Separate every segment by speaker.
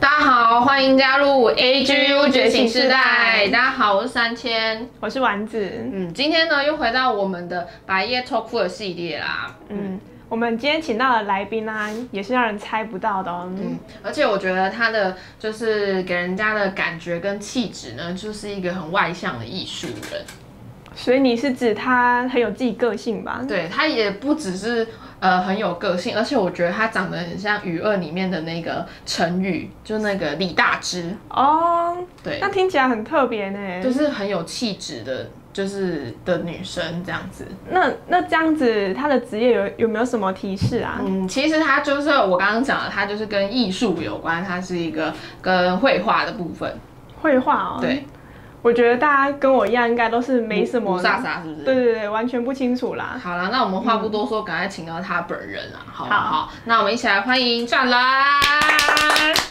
Speaker 1: 大家好，欢迎加入 AGU 觉醒世代。大家好，我是三千。
Speaker 2: 我是丸子。
Speaker 1: 嗯，今天呢又回到我们的白夜 Talk 的系列啦。
Speaker 2: 嗯，我们今天请到的来宾呢、也是让人猜不到的哦。嗯，
Speaker 1: 而且我觉得他的就是给人家的感觉跟气质呢，就是一个很外向的艺术人。
Speaker 2: 所以你是指他很有自己个性吧？
Speaker 1: 对他也不只是呃很有个性，而且我觉得他长得很像《余二》里面的那个陈宇，就那个李大芝，
Speaker 2: 哦，
Speaker 1: 对
Speaker 2: 那听起来很特别呢。
Speaker 1: 就是很有气质的，就是的女生这样子。
Speaker 2: 那那这样子，他的职业有有没有什么提示啊？
Speaker 1: 嗯，其实它就是我刚刚讲的，它就是跟艺术有关，它是一个跟绘画的部分。
Speaker 2: 绘画哦。
Speaker 1: 对，
Speaker 2: 我觉得大家跟我一样，应该都是没什么。
Speaker 1: 不飒飒是不
Speaker 2: 对
Speaker 1: 是？
Speaker 2: 对对，完全不清楚啦。
Speaker 1: 好了，那我们话不多说，赶快请到他本人啊，好不好？
Speaker 2: 好
Speaker 1: 那我们一起来欢迎湛蓝。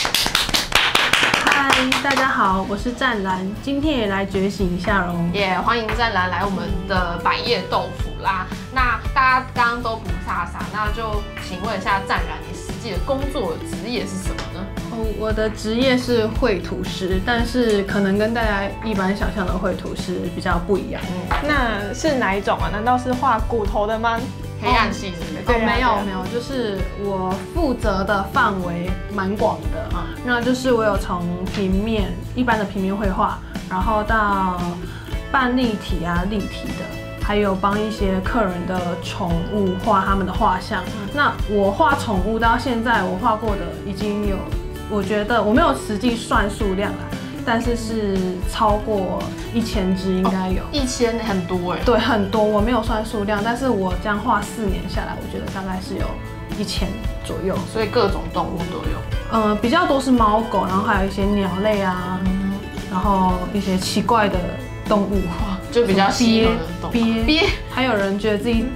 Speaker 3: 嗨，大家好，我是湛蓝，今天也来觉醒一下喽。
Speaker 1: 也、欢迎湛蓝来我们的百叶豆腐啦。那大家刚刚都不飒飒，那就请问一下湛蓝，你实际的工作职业是什么呢？
Speaker 3: 哦，我的职业是绘图师，但是可能跟大家一般想象的绘图师比较不一样。
Speaker 2: 那是哪一种啊？难道是画骨头的吗？
Speaker 1: 黑暗系是不是？
Speaker 2: 对啊
Speaker 3: 哦，没
Speaker 2: 对
Speaker 3: 有
Speaker 2: 啊
Speaker 3: 没有，就是我负责的范围蛮广的，啊那就是我有从平面一般的平面绘画，然后到半立体啊立体的，还有帮一些客人的宠物画他们的画像。
Speaker 2: 嗯
Speaker 3: 那我画宠物到现在，我画过的已经有，我觉得我没有实际算数量啦，但是是超过一千只应该有。
Speaker 1: 一千很多哎、
Speaker 3: 对，很多，我没有算数量，但是我这样画四年下来，我觉得大概是有一千左右。
Speaker 1: 所以各种动物都有。
Speaker 3: 嗯、比较多是猫狗，然后还有一些鸟类啊，然后一些奇怪的动物，
Speaker 1: 就比较稀有的动物
Speaker 3: 鳖，
Speaker 1: 鳖
Speaker 3: 鳖，还有人觉得自己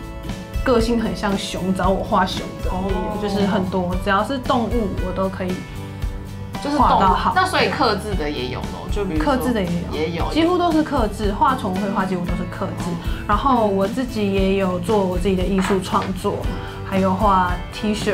Speaker 3: 个性很像熊，找我画熊的，
Speaker 1: 哦
Speaker 3: 就是很多，只要是动物我都可以，
Speaker 1: 就是
Speaker 3: 画
Speaker 1: 动
Speaker 3: 到
Speaker 1: 物
Speaker 3: 好
Speaker 1: 那所以克制的也有咯，就比如说
Speaker 3: 克制的也有，
Speaker 1: 也有，
Speaker 3: 几乎都是克制，画宠物绘画几乎都是克制。然后我自己也有做我自己的艺术创作，还有画 T 恤。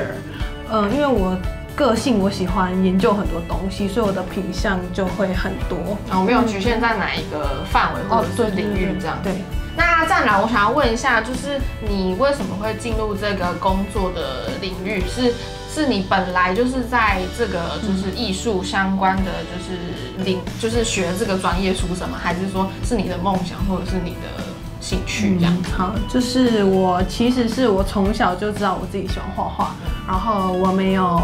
Speaker 3: 嗯，因为我个性我喜欢研究很多东西，所以我的品相就会很多。
Speaker 1: 哦，没有局限在哪一个范围或者是哦领域这样。
Speaker 3: 哦对。
Speaker 1: 那再来，我想要问一下，就是你为什么会进入这个工作的领域？是是你本来就是在这个就是艺术相关的就是领就是学这个专业出身吗？还是说是你的梦想或者是你的兴趣这样？
Speaker 3: 好，就是我其实是我从小就知道我自己喜欢画画，然后我没有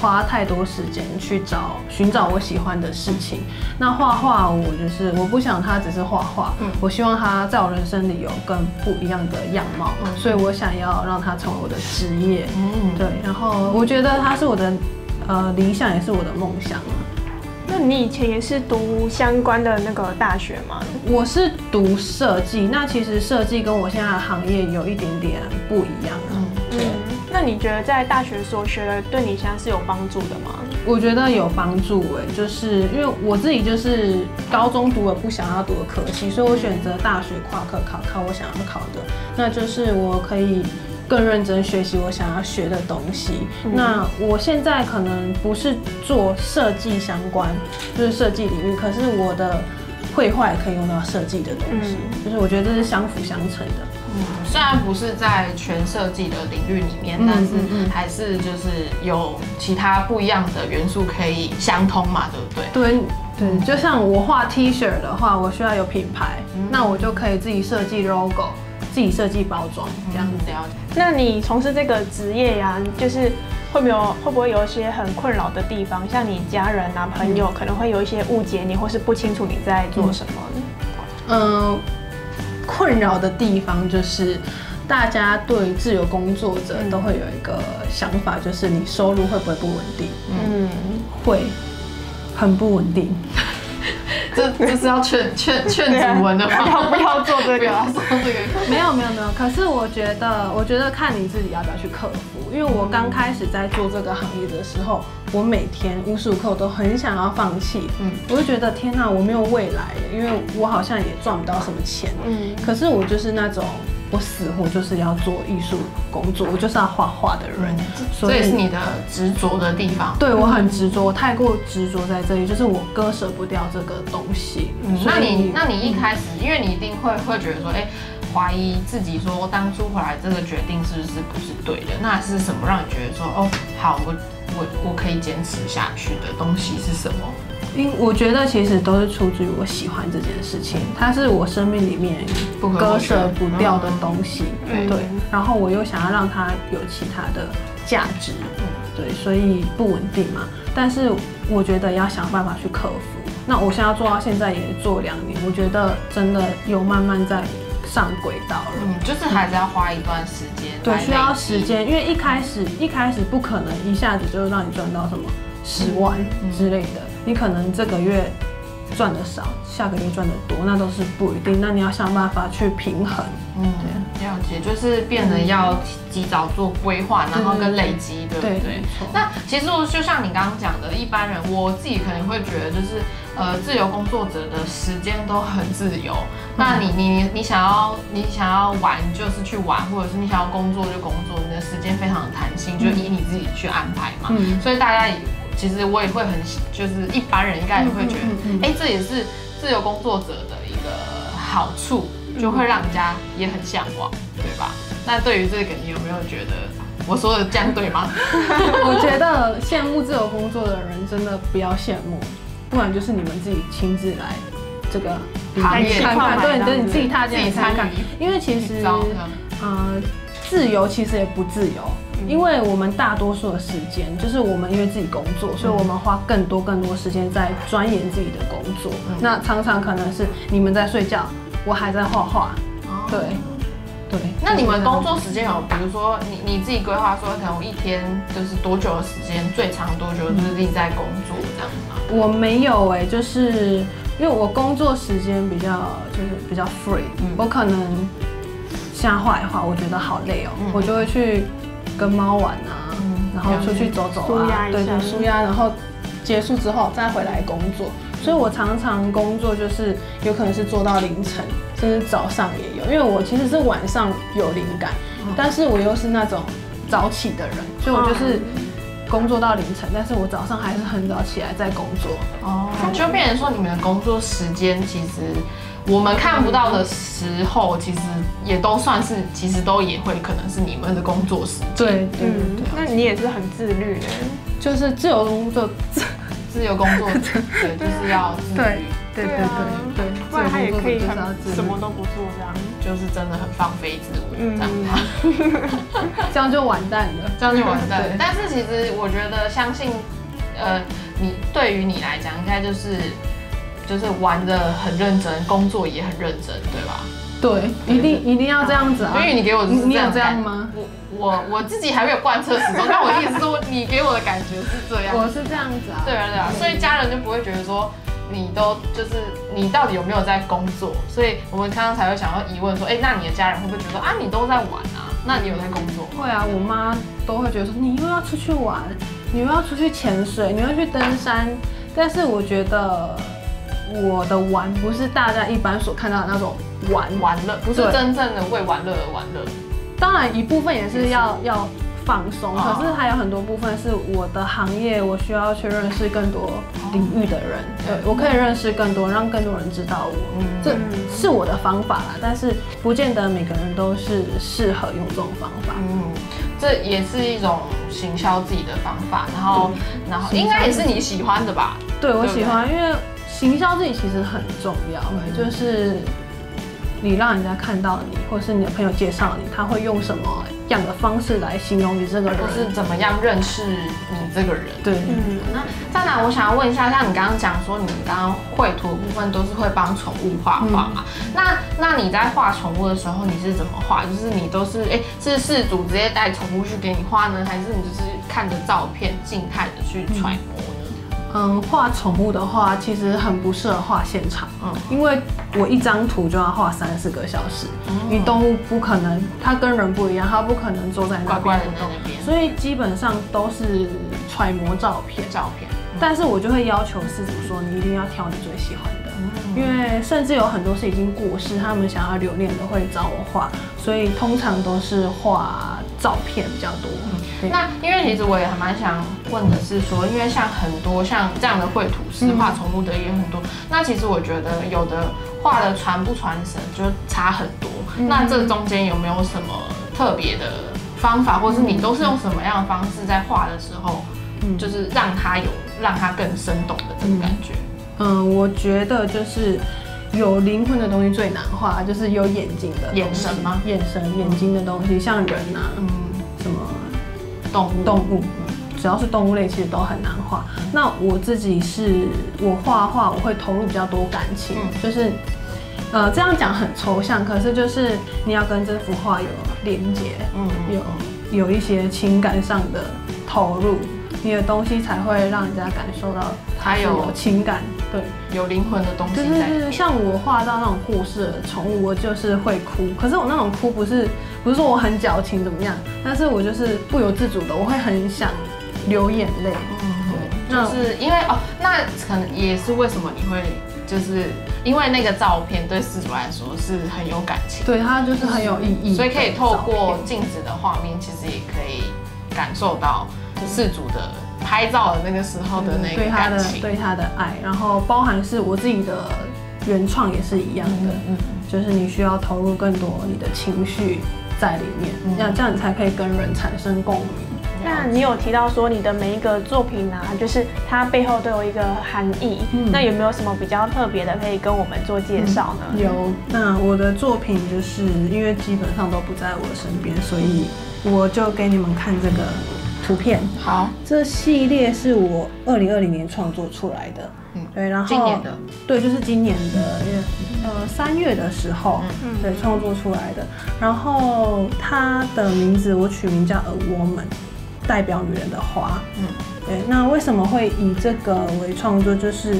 Speaker 3: 花太多时间去找寻找我喜欢的事情。那画画，我就是我不想它只是画画，我希望它在我人生里有更不一样的样貌，所以我想要让它成为我的职业。
Speaker 1: 嗯，
Speaker 3: 对，然后我觉得它是我的呃理想，也是我的梦想。
Speaker 2: 那你以前也是读相关的那个大学吗？
Speaker 3: 我是读设计，那其实设计跟我现在的行业有一点点不一样。
Speaker 2: 嗯，那你觉得在大学所学的对你现在是有帮助的吗？
Speaker 3: 我觉得有帮助哎，就是因为我自己就是高中读了不想要读的科系，所以我选择大学跨科考考我想要考的，那就是我可以更认真学习我想要学的东西。那我现在可能不是做设计相关，就是设计领域，可是我的绘画也可以用到设计的东西，就是我觉得这是相辅相成的。
Speaker 1: 虽然不是在全设计的领域里面，但是还是就是有其他不一样的元素可以相通嘛，对不对？
Speaker 3: 对对，就像我画 T 恤的话，我需要有品牌，那我就可以自己设计 logo，自己设计包装这
Speaker 1: 这
Speaker 3: 样
Speaker 1: 样
Speaker 3: 子。
Speaker 1: 子了解。
Speaker 2: 那你从事这个职业呀、就是会没有会不会有一些很困扰的地方？像你家人啊、朋友可能会有一些误解你，或是不清楚你在做什么。
Speaker 3: 嗯，困扰的地方就是。大家对自由工作者都会有一个想法，就是你收入会不会不稳定？
Speaker 2: 嗯，
Speaker 3: 会，很不稳定。
Speaker 1: 这这是要劝劝劝
Speaker 2: 对啊
Speaker 1: 主文的吗？
Speaker 2: 要不要做这
Speaker 1: 不
Speaker 2: 个
Speaker 1: 要
Speaker 2: 啊？
Speaker 1: 做这个？
Speaker 3: 没有没有没有，可是我觉得，我觉得看你自己要不要去克服。因为我刚开始在做这个行业的时候，我每天无时无刻都很想要放弃，
Speaker 1: 嗯
Speaker 3: 嗯，我就觉得天哪，我没有未来耶，因为我好像也赚不到什么钱，
Speaker 2: 嗯，
Speaker 3: 可是我就是那种我死活就是要做艺术工作，我就是要画画的人，
Speaker 1: 嗯这也是你的执着的地方。
Speaker 3: 对我很执着，我太过执着在这里，就是我割舍不掉这个东西。所
Speaker 1: 嗯
Speaker 3: 以
Speaker 1: 那你那你一开始，因为你一定会会觉得说，哎、怀疑自己说当初回来这个决定是不是不是对的？那是什么让你觉得说，哦，好，我我我可以坚持下去的东西是什么？
Speaker 3: 因为我觉得其实都是出自于我喜欢这件事情，它是我生命里面
Speaker 1: 不可或
Speaker 3: 割
Speaker 1: 缺
Speaker 3: 舍不掉的东西，
Speaker 1: 嗯
Speaker 3: 对。然后我又想要让它有其他的价值，对，所以不稳定嘛。但是我觉得要想办法去克服。那我现在做到现在也做两年，我觉得真的有慢慢在上轨道了。
Speaker 1: 嗯，就是还是要花一段时间来
Speaker 3: 对，
Speaker 1: 累积，
Speaker 3: 需要时间，因为一开始一开始不可能一下子就让你赚到什么十万
Speaker 1: 嗯
Speaker 3: 之类的，你可能这个月赚的少，下个月赚的多，那都是不一定。那你要想办法去平衡。
Speaker 1: 嗯，了解，就是变得要及早做规划，然后跟累积，对不
Speaker 3: 嗯对，
Speaker 1: 对
Speaker 3: 没？错。
Speaker 1: 那其实我就像你刚刚讲的，一般人我自己可能会觉得，就是呃，自由工作者的时间都很自由。
Speaker 3: 嗯
Speaker 1: 那你你你想要你想要玩就是去玩，或者是你想要工作就工作，你的时间非常的弹性，就以你自己去安排嘛。
Speaker 3: 嗯
Speaker 1: 所以大家也其实我也会很喜，就是一般人应该也会觉得，哎、这也是自由工作者的一个好处，就会让人家也很向往，对吧？那对于这个，你有没有觉得我说的这样对 吗？
Speaker 3: 我觉得羡慕自由工作的人真的不要羡慕，不然就是你们自己亲自来这个
Speaker 1: 行业
Speaker 3: 看看，对，你就你自己踏
Speaker 1: 自
Speaker 3: 进
Speaker 1: 己
Speaker 3: 来
Speaker 1: 参
Speaker 3: 看看
Speaker 1: 与，
Speaker 3: 因为其
Speaker 1: 一
Speaker 3: 实
Speaker 1: 招这样
Speaker 3: 呃，自由其实也不自由，因为我们大多数的时间就是我们因为自己工作，所以我们花更多更多时间在钻研自己的工作。那常常可能是你们在睡觉，我还在画画。
Speaker 1: 哦
Speaker 3: 对，对。
Speaker 1: 那你们工作时间有，比如说你你自己规划说，可能我一天就是多久的时间，最长多久就是自己在工作这样吗？
Speaker 3: 我没有哎、就是因为我工作时间比较就是比较 free，、我
Speaker 2: 嗯
Speaker 3: 可能像画一画，我觉得好累哦、
Speaker 2: 嗯
Speaker 3: 我就会去跟猫玩啊，然后出去走走
Speaker 2: 舒
Speaker 3: 啊
Speaker 2: 压，一下
Speaker 3: 对对，舒压，然后结束之后再回来工作。所以我常常工作就是有可能是做到凌晨，甚至早上也有，因为我其实是晚上有灵感，
Speaker 2: 嗯
Speaker 3: 但是我又是那种早起的人，所以我就是工作到凌晨，但是我早上还是很早起来在工作。
Speaker 1: 哦，就变成说你们的工作时间其实。我们看不到的时候，其实也都算是，其实都也会可能是你们的工作时间。
Speaker 3: 对对，
Speaker 2: 嗯，那你也是很自律的，
Speaker 3: 就是自由工作，嗯
Speaker 1: 自由工 作者，对，就是要自律，
Speaker 3: 对
Speaker 2: 对啊
Speaker 3: 对，
Speaker 2: 不然他也可以
Speaker 3: 自由工作就是要
Speaker 2: 很
Speaker 3: 自
Speaker 2: 什
Speaker 3: 律
Speaker 2: 么，都不做这样。
Speaker 1: 就是真的很放飞自我这
Speaker 2: 嗯
Speaker 1: 样。
Speaker 3: 这样就完蛋了。
Speaker 1: 这样就完蛋了
Speaker 3: 对。
Speaker 1: 但是其实我觉得，相信，呃，你对于你来讲，应该就是就是玩的很认真，工作也很认真，对吧？
Speaker 3: 对，一定一定要这样子啊
Speaker 1: 因！为你给我的
Speaker 3: 你
Speaker 1: 是
Speaker 3: 你有
Speaker 1: 的
Speaker 3: 这样
Speaker 1: 感
Speaker 3: 吗？
Speaker 1: 我我我自己还没有贯彻始终，但我的意思是说，你给我的感觉是这样。
Speaker 3: 我是这样子啊。
Speaker 1: 对啊对啊，所以家人就不会觉得说。你都就是你到底有没有在工作？所以我们刚刚才会想要疑问说，哎、那你的家人会不会觉得啊，你都在玩啊？那你有在工作吗？
Speaker 3: 会啊，我妈都会觉得说你又要出去玩，你又要出去潜水，你又要去登山。但是我觉得我的玩不是大家一般所看到的那种玩，
Speaker 1: 玩乐不是
Speaker 3: 对
Speaker 1: 真正的为玩乐而玩乐。
Speaker 3: 当然一部分也是要要放松，
Speaker 1: 哦
Speaker 3: 可是还有很多部分是我的行业，我需要去认识更多领域的人，对
Speaker 1: 哦
Speaker 3: 我可以认识更多，让更多人知道
Speaker 1: 嗯
Speaker 3: 我，这是我的方法啦。但是不见得每个人都是适合用这种方法。
Speaker 1: 嗯，这也是一种行销自己的方法，然后，然后应该也是你喜欢的吧？
Speaker 3: 对我
Speaker 1: 对不对嗯
Speaker 3: 喜欢，因为行销自己其实很重要，就是你让人家看到你，或是你的朋友介绍你，他会用什么样的方式来形容你这个人
Speaker 1: 或？是怎么样认识你这个人？
Speaker 3: 对，
Speaker 2: 嗯，
Speaker 1: 那再来，我想要问一下，像你刚刚讲说，你刚刚绘图的部分都是会帮宠物画画嘛？那那你在画宠物的时候，你是怎么画？就是你都是哎、是事主直接带宠物去给你画呢，还是你就是看着照片静态的去揣摩呢？
Speaker 3: 嗯，画宠物的话，其实很不适合画现场，嗯，因为我一张图就要画三四个小时，
Speaker 1: 哦
Speaker 3: 你动物不可能，它跟人不一样，它不可能坐在
Speaker 1: 乖
Speaker 3: 那边
Speaker 1: 乖的
Speaker 3: 不
Speaker 1: 在
Speaker 3: 动
Speaker 1: 那边
Speaker 3: 所以基本上都是揣摩照片。
Speaker 1: 照片。
Speaker 3: 但是我就会要求事主说，你一定要挑你最喜欢的，
Speaker 1: 嗯
Speaker 3: 因为甚至有很多是已经过世，他们想要留念的会找我画，所以通常都是画照片比较多。对
Speaker 1: 那因为其实我也还蛮想问的是说，因为像很多像这样的绘图师画宠物的也很
Speaker 3: 嗯
Speaker 1: 多，那其实我觉得有的画的传不传神就差很多。
Speaker 3: 嗯
Speaker 1: 那这中间有没有什么特别的方法，或是你都是用什么样的方式在画的时候，
Speaker 3: 嗯
Speaker 1: 就是让它有让它更生动的这个感觉？
Speaker 3: 嗯，我觉得就是有灵魂的东西最难画，就是有眼睛的东西
Speaker 1: 眼神吗？
Speaker 3: 眼神、眼睛的东西，像人啊，
Speaker 1: 嗯，
Speaker 3: 什么
Speaker 1: 动物
Speaker 3: 嗯动物，只要是动物类，其实都很难画。
Speaker 1: 嗯
Speaker 3: 那我自己是我画画，我会投入比较多感情，
Speaker 1: 嗯
Speaker 3: 就是。呃，这样讲很抽象，可是就是你要跟这幅画有连接，
Speaker 1: 嗯
Speaker 3: 有有一些情感上的投入，你的东西才会让人家感受到它
Speaker 1: 还
Speaker 3: 是
Speaker 1: 有
Speaker 3: 有情感，对。
Speaker 1: 有灵魂的东西
Speaker 3: 对对
Speaker 1: 在
Speaker 3: 对
Speaker 1: 里
Speaker 3: 对，
Speaker 1: 面。
Speaker 3: 像我画到那种过世的宠物，我就是会哭。可是我那种哭不是不是说我很矫情怎么样，但是我就是不由自主的，我会很想流眼泪。对，
Speaker 1: 就
Speaker 3: 那
Speaker 1: 是因为哦，那可能也是为什么你会，就是因为那个照片对事主来说是很有感情，
Speaker 3: 对它就是很有意义，
Speaker 1: 所以可以透过镜子的画面，其实也可以感受到事主的拍照的那个时候的那
Speaker 3: 嗯对
Speaker 1: 个
Speaker 3: 它
Speaker 1: 感
Speaker 3: 的
Speaker 1: 情。
Speaker 3: 对它的爱，然后包含是我自己的原创也是一样
Speaker 1: 嗯
Speaker 3: 的，就是你需要投入更多你的情绪在里面，
Speaker 1: 嗯
Speaker 3: 那这样你才可以跟人产生共鸣。
Speaker 2: 那你有提到说你的每一个作品啊，就是它背后都有一个含义，那有没有什么比较特别的可以跟我们做介绍呢？
Speaker 3: 有，那我的作品就是因为基本上都不在我身边，所以我就给你们看这个图片。
Speaker 1: 好，
Speaker 3: 这系列是我二零二零年创作出来的，
Speaker 1: 嗯
Speaker 3: 对，然后
Speaker 1: 今年的，
Speaker 3: 对，就是今年的，呃，三月的时候，
Speaker 1: 嗯
Speaker 3: 对，创作出来的。然后它的名字我取名叫《A Woman》，代表女人的花，嗯，对。那为什么会以这个为创作？就是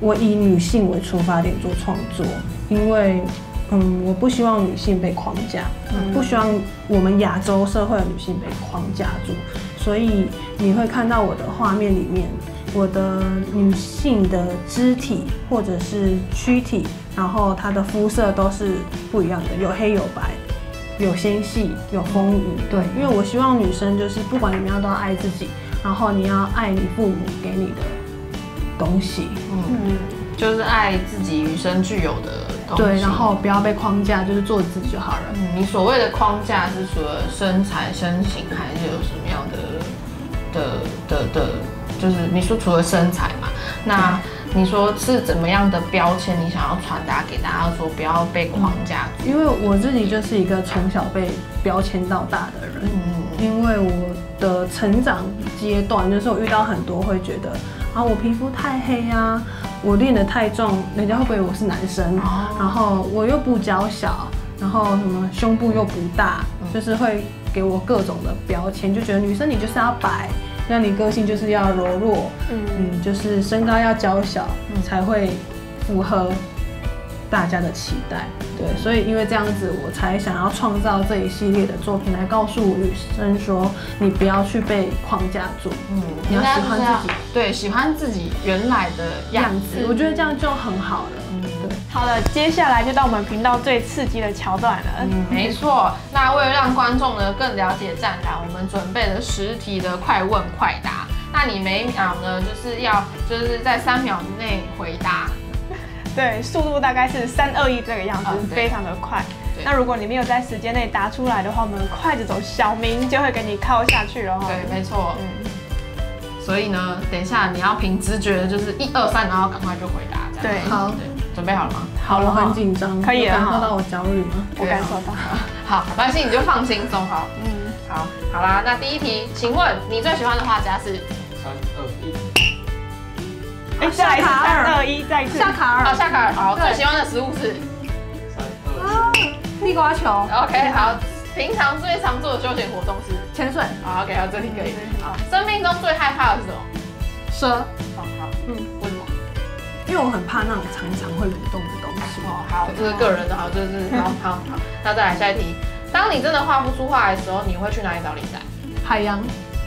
Speaker 3: 我以女性为出发点做创作，因为。嗯，我不希望女性被框架，不希望我们亚洲社会的女性被框架住，所以你会看到我的画面里面，我的女性的肢体或者是躯体，然后她的肤色都是不一样的，有黑有白，有纤细，有丰腴。对，因为我希望女生就是不管怎么样都要爱自己，然后你要爱你父母给你的东西，
Speaker 1: 就是爱自己与生俱有的东西。
Speaker 3: 对，然后不要被框架，就是做自己就好了。
Speaker 1: 嗯你所谓的框架是除了身材、身形，还是有什么样的的的的？就是你说除了身材嘛，那你说是怎么样的标签？你想要传达给大家说，不要被
Speaker 3: 嗯
Speaker 1: 框架住。
Speaker 3: 因为我自己就是一个从小被标签到大的
Speaker 1: 嗯
Speaker 3: 人，因为我的成长阶段，就是我遇到很多会觉得啊，我皮肤太黑呀、啊，我练得太重，人家会不会以为我是男生？
Speaker 1: 哦
Speaker 3: 然后我又不娇小，然后什么胸部又不大，
Speaker 1: 嗯
Speaker 3: 就是会给我各种的标签，就觉得女生你就是要白，那你个性就是要柔弱，嗯，就是身高要娇小，才会符合大家的期待。对，所以因为这样子，我才想要创造这一系列的作品，来告诉女生说，你不要去被框架住，嗯，你要
Speaker 1: 应该
Speaker 3: 喜
Speaker 1: 就是
Speaker 3: 欢自己
Speaker 1: 对，喜欢自己原来的样
Speaker 3: 样子
Speaker 1: 子。，
Speaker 3: 我觉得这样就很好了。对，
Speaker 2: 好了，接下来就到我们频道最刺激的桥段了。
Speaker 1: 嗯，没错。那为了让观众呢更了解展览，我们准备了十题的快问快答。那你每秒呢，就是要就是在三秒内回答。
Speaker 2: 对，速度大概是三二一这个样子，
Speaker 1: 啊对
Speaker 2: 非常的快
Speaker 1: 对。
Speaker 2: 那如果你没有在时间内答出来的话，我们快着走，小明就会给你靠下去了哈。
Speaker 1: 对，没错。
Speaker 2: 嗯
Speaker 1: 所以呢，等一下你要凭直觉，就是一二三，然后赶快就回答。这样
Speaker 2: 对
Speaker 3: 好
Speaker 1: 对，准备好了吗？
Speaker 3: 好了，很紧张，
Speaker 2: 可以
Speaker 3: 有
Speaker 2: 了
Speaker 3: 感
Speaker 2: 哈
Speaker 3: 受到我焦虑吗？
Speaker 2: 我感受到。
Speaker 1: 好，没关系，你就放轻松好。
Speaker 2: 嗯，
Speaker 1: 好，好啦，那第一题，请问你最喜欢的画家是？
Speaker 4: 三二一，
Speaker 2: 哎，再来一次，
Speaker 3: 夏卡尔
Speaker 2: 三二一，再一次。
Speaker 3: 夏卡
Speaker 1: 好，
Speaker 3: 尔，
Speaker 1: 夏卡尔。好，
Speaker 3: 对
Speaker 1: 最喜欢的食物是
Speaker 4: 三
Speaker 3: 啊
Speaker 4: 二
Speaker 3: 地瓜球，
Speaker 1: ？OK，好。平常最常做的休闲活动是
Speaker 3: 潜水，
Speaker 1: 好，OK，好，这里可以
Speaker 2: 对。
Speaker 1: 好，生命中最害怕的是什么？
Speaker 3: 蛇，
Speaker 1: 哦好，
Speaker 3: 嗯，
Speaker 1: 为什么？
Speaker 3: 因为我很怕那种常常会蠕动的东西。
Speaker 1: 哦，好，这是个人的，好，这 是好好好。那再来下一题，当你真的画不出画的时候，你会去哪里找灵感？
Speaker 3: 海洋，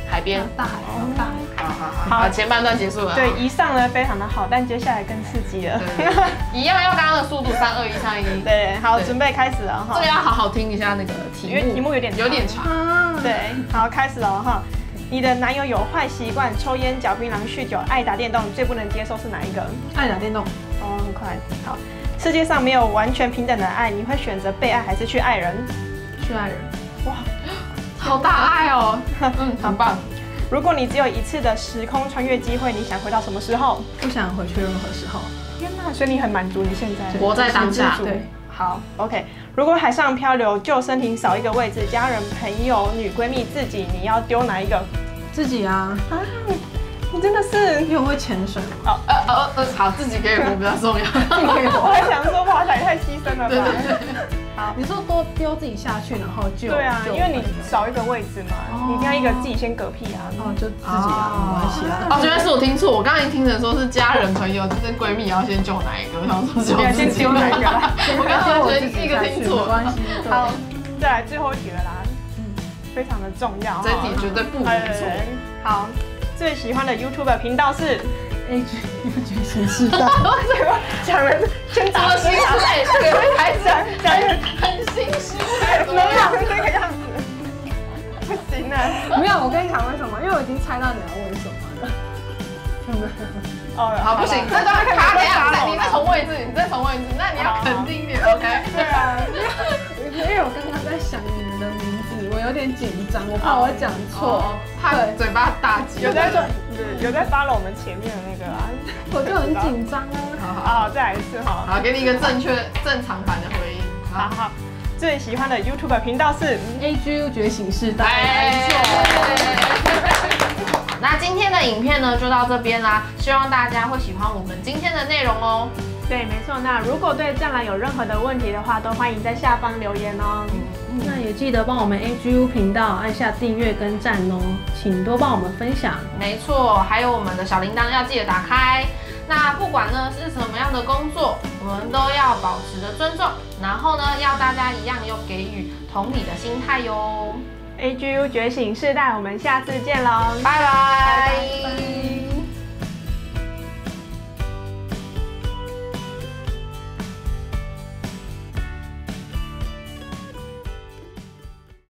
Speaker 1: 海边。
Speaker 3: 大海，大海。
Speaker 1: 好好好，好，前半段结束了。
Speaker 2: 嗯对，以上呢非常的好，但接下来更刺激了。
Speaker 1: 对，一样用刚刚的速度，三二一，三一。
Speaker 2: 对，好，
Speaker 1: 对
Speaker 2: 准备开始了
Speaker 1: 这
Speaker 2: 哈
Speaker 1: 个。要好好听一下那个题目，
Speaker 2: 因为题目有点长
Speaker 1: 有点长。
Speaker 3: 啊，
Speaker 2: 对，好，开始了哈。你的男友有坏习惯，抽烟、嚼槟榔、酗酒、爱打电动，最不能接受是哪一个？
Speaker 3: 爱打电动，
Speaker 2: 哦，很快。好，世界上没有完全平等的爱，你会选择被爱还是去爱人？
Speaker 3: 去爱人，
Speaker 2: 哇，
Speaker 1: 好大爱哦，嗯，很棒。
Speaker 2: 如果你只有一次的时空穿越机会，你想回到什么时候？
Speaker 3: 不想回去任何时候。
Speaker 2: 天哪，所以你很满足你现在
Speaker 1: 活在当下
Speaker 2: 知足
Speaker 3: 对
Speaker 2: 好，OK。如果海上漂流，救生艇少一个位置，家人、朋友、女闺蜜、自己，你要丢哪一个？
Speaker 3: 自己啊，
Speaker 2: 你真的是，
Speaker 3: 因为我会潜 水，
Speaker 1: 呃呃呃，好，自己给我比较重要。
Speaker 2: 我还想说，哇塞，也太牺牲了
Speaker 1: 对
Speaker 2: 吧
Speaker 1: 对。对，
Speaker 3: 你说多丢自己下去，然后就
Speaker 2: 对啊，
Speaker 3: 就
Speaker 2: 因为你少一个位置嘛，
Speaker 3: 哦
Speaker 2: 你一定要一个自己先嗝屁啊。
Speaker 3: 哦，就自己啊，没关系啊。
Speaker 1: 哦，原来是我听错，我刚才听成说是家人、朋友，就是闺蜜，然后先救哪一个，然后说救
Speaker 2: 对啊，
Speaker 1: 自
Speaker 2: 先
Speaker 1: 己。
Speaker 2: 丢哪一个啦？
Speaker 1: 我刚 才完全一个听
Speaker 3: 没
Speaker 1: 错，
Speaker 3: 关系。对
Speaker 2: 好，再来最后一题了啦，非常的重要 哦。
Speaker 1: 这题绝对不
Speaker 2: 哎
Speaker 1: 能错。
Speaker 2: 好，最喜欢的 YouTube 频道是？
Speaker 3: ，A G U G 新时代，
Speaker 2: 讲人先
Speaker 1: 怎
Speaker 2: 打
Speaker 1: 么心碎？这个孩子
Speaker 2: 讲讲人
Speaker 1: 很心虚，怎
Speaker 2: 没
Speaker 1: 么样？
Speaker 2: 有这个样子，不行啊。
Speaker 3: 没有，我跟你讲为什么？因为我已经猜到你要问什么了。
Speaker 2: 哦，
Speaker 1: 好，不行，这段
Speaker 2: 可以
Speaker 1: 卡等一下，
Speaker 2: 打扰
Speaker 1: 再
Speaker 2: 了
Speaker 1: 你再重问一次，你再重问一次，那你要肯定一点，OK？
Speaker 2: 对啊，
Speaker 3: 因为我刚刚在想你们的名字，我有点紧张，我怕我讲错，
Speaker 1: 哦，怕嘴巴打结。
Speaker 2: 有在说，有在 follow 我们前面的那个啊。
Speaker 3: 我就很紧张啊。
Speaker 1: 好好好
Speaker 2: 啊，再来一次哈。
Speaker 1: 好，给你一个正确正常版的回应。
Speaker 2: 好，好，最喜欢的 YouTube 频道是？
Speaker 3: A G U 觉醒时代，
Speaker 1: 哎。 那今天的影片呢，就到这边啦，希望大家会喜欢我们今天的内容哦。
Speaker 2: 对，没错。那如果对湛蓝有任何的问题的话，都欢迎在下方留言哦。
Speaker 3: 那也记得帮我们 A G U 频道按下订阅跟赞哦，请多帮我们分享。
Speaker 1: 没错，还有我们的小铃铛要记得打开。那不管呢是什么样的工作，我们都要保持着尊重，然后呢，要大家一样有给予同理的心态哟。
Speaker 2: AGU 觉醒世代，我们下次见喽，
Speaker 1: 拜拜。
Speaker 2: 拜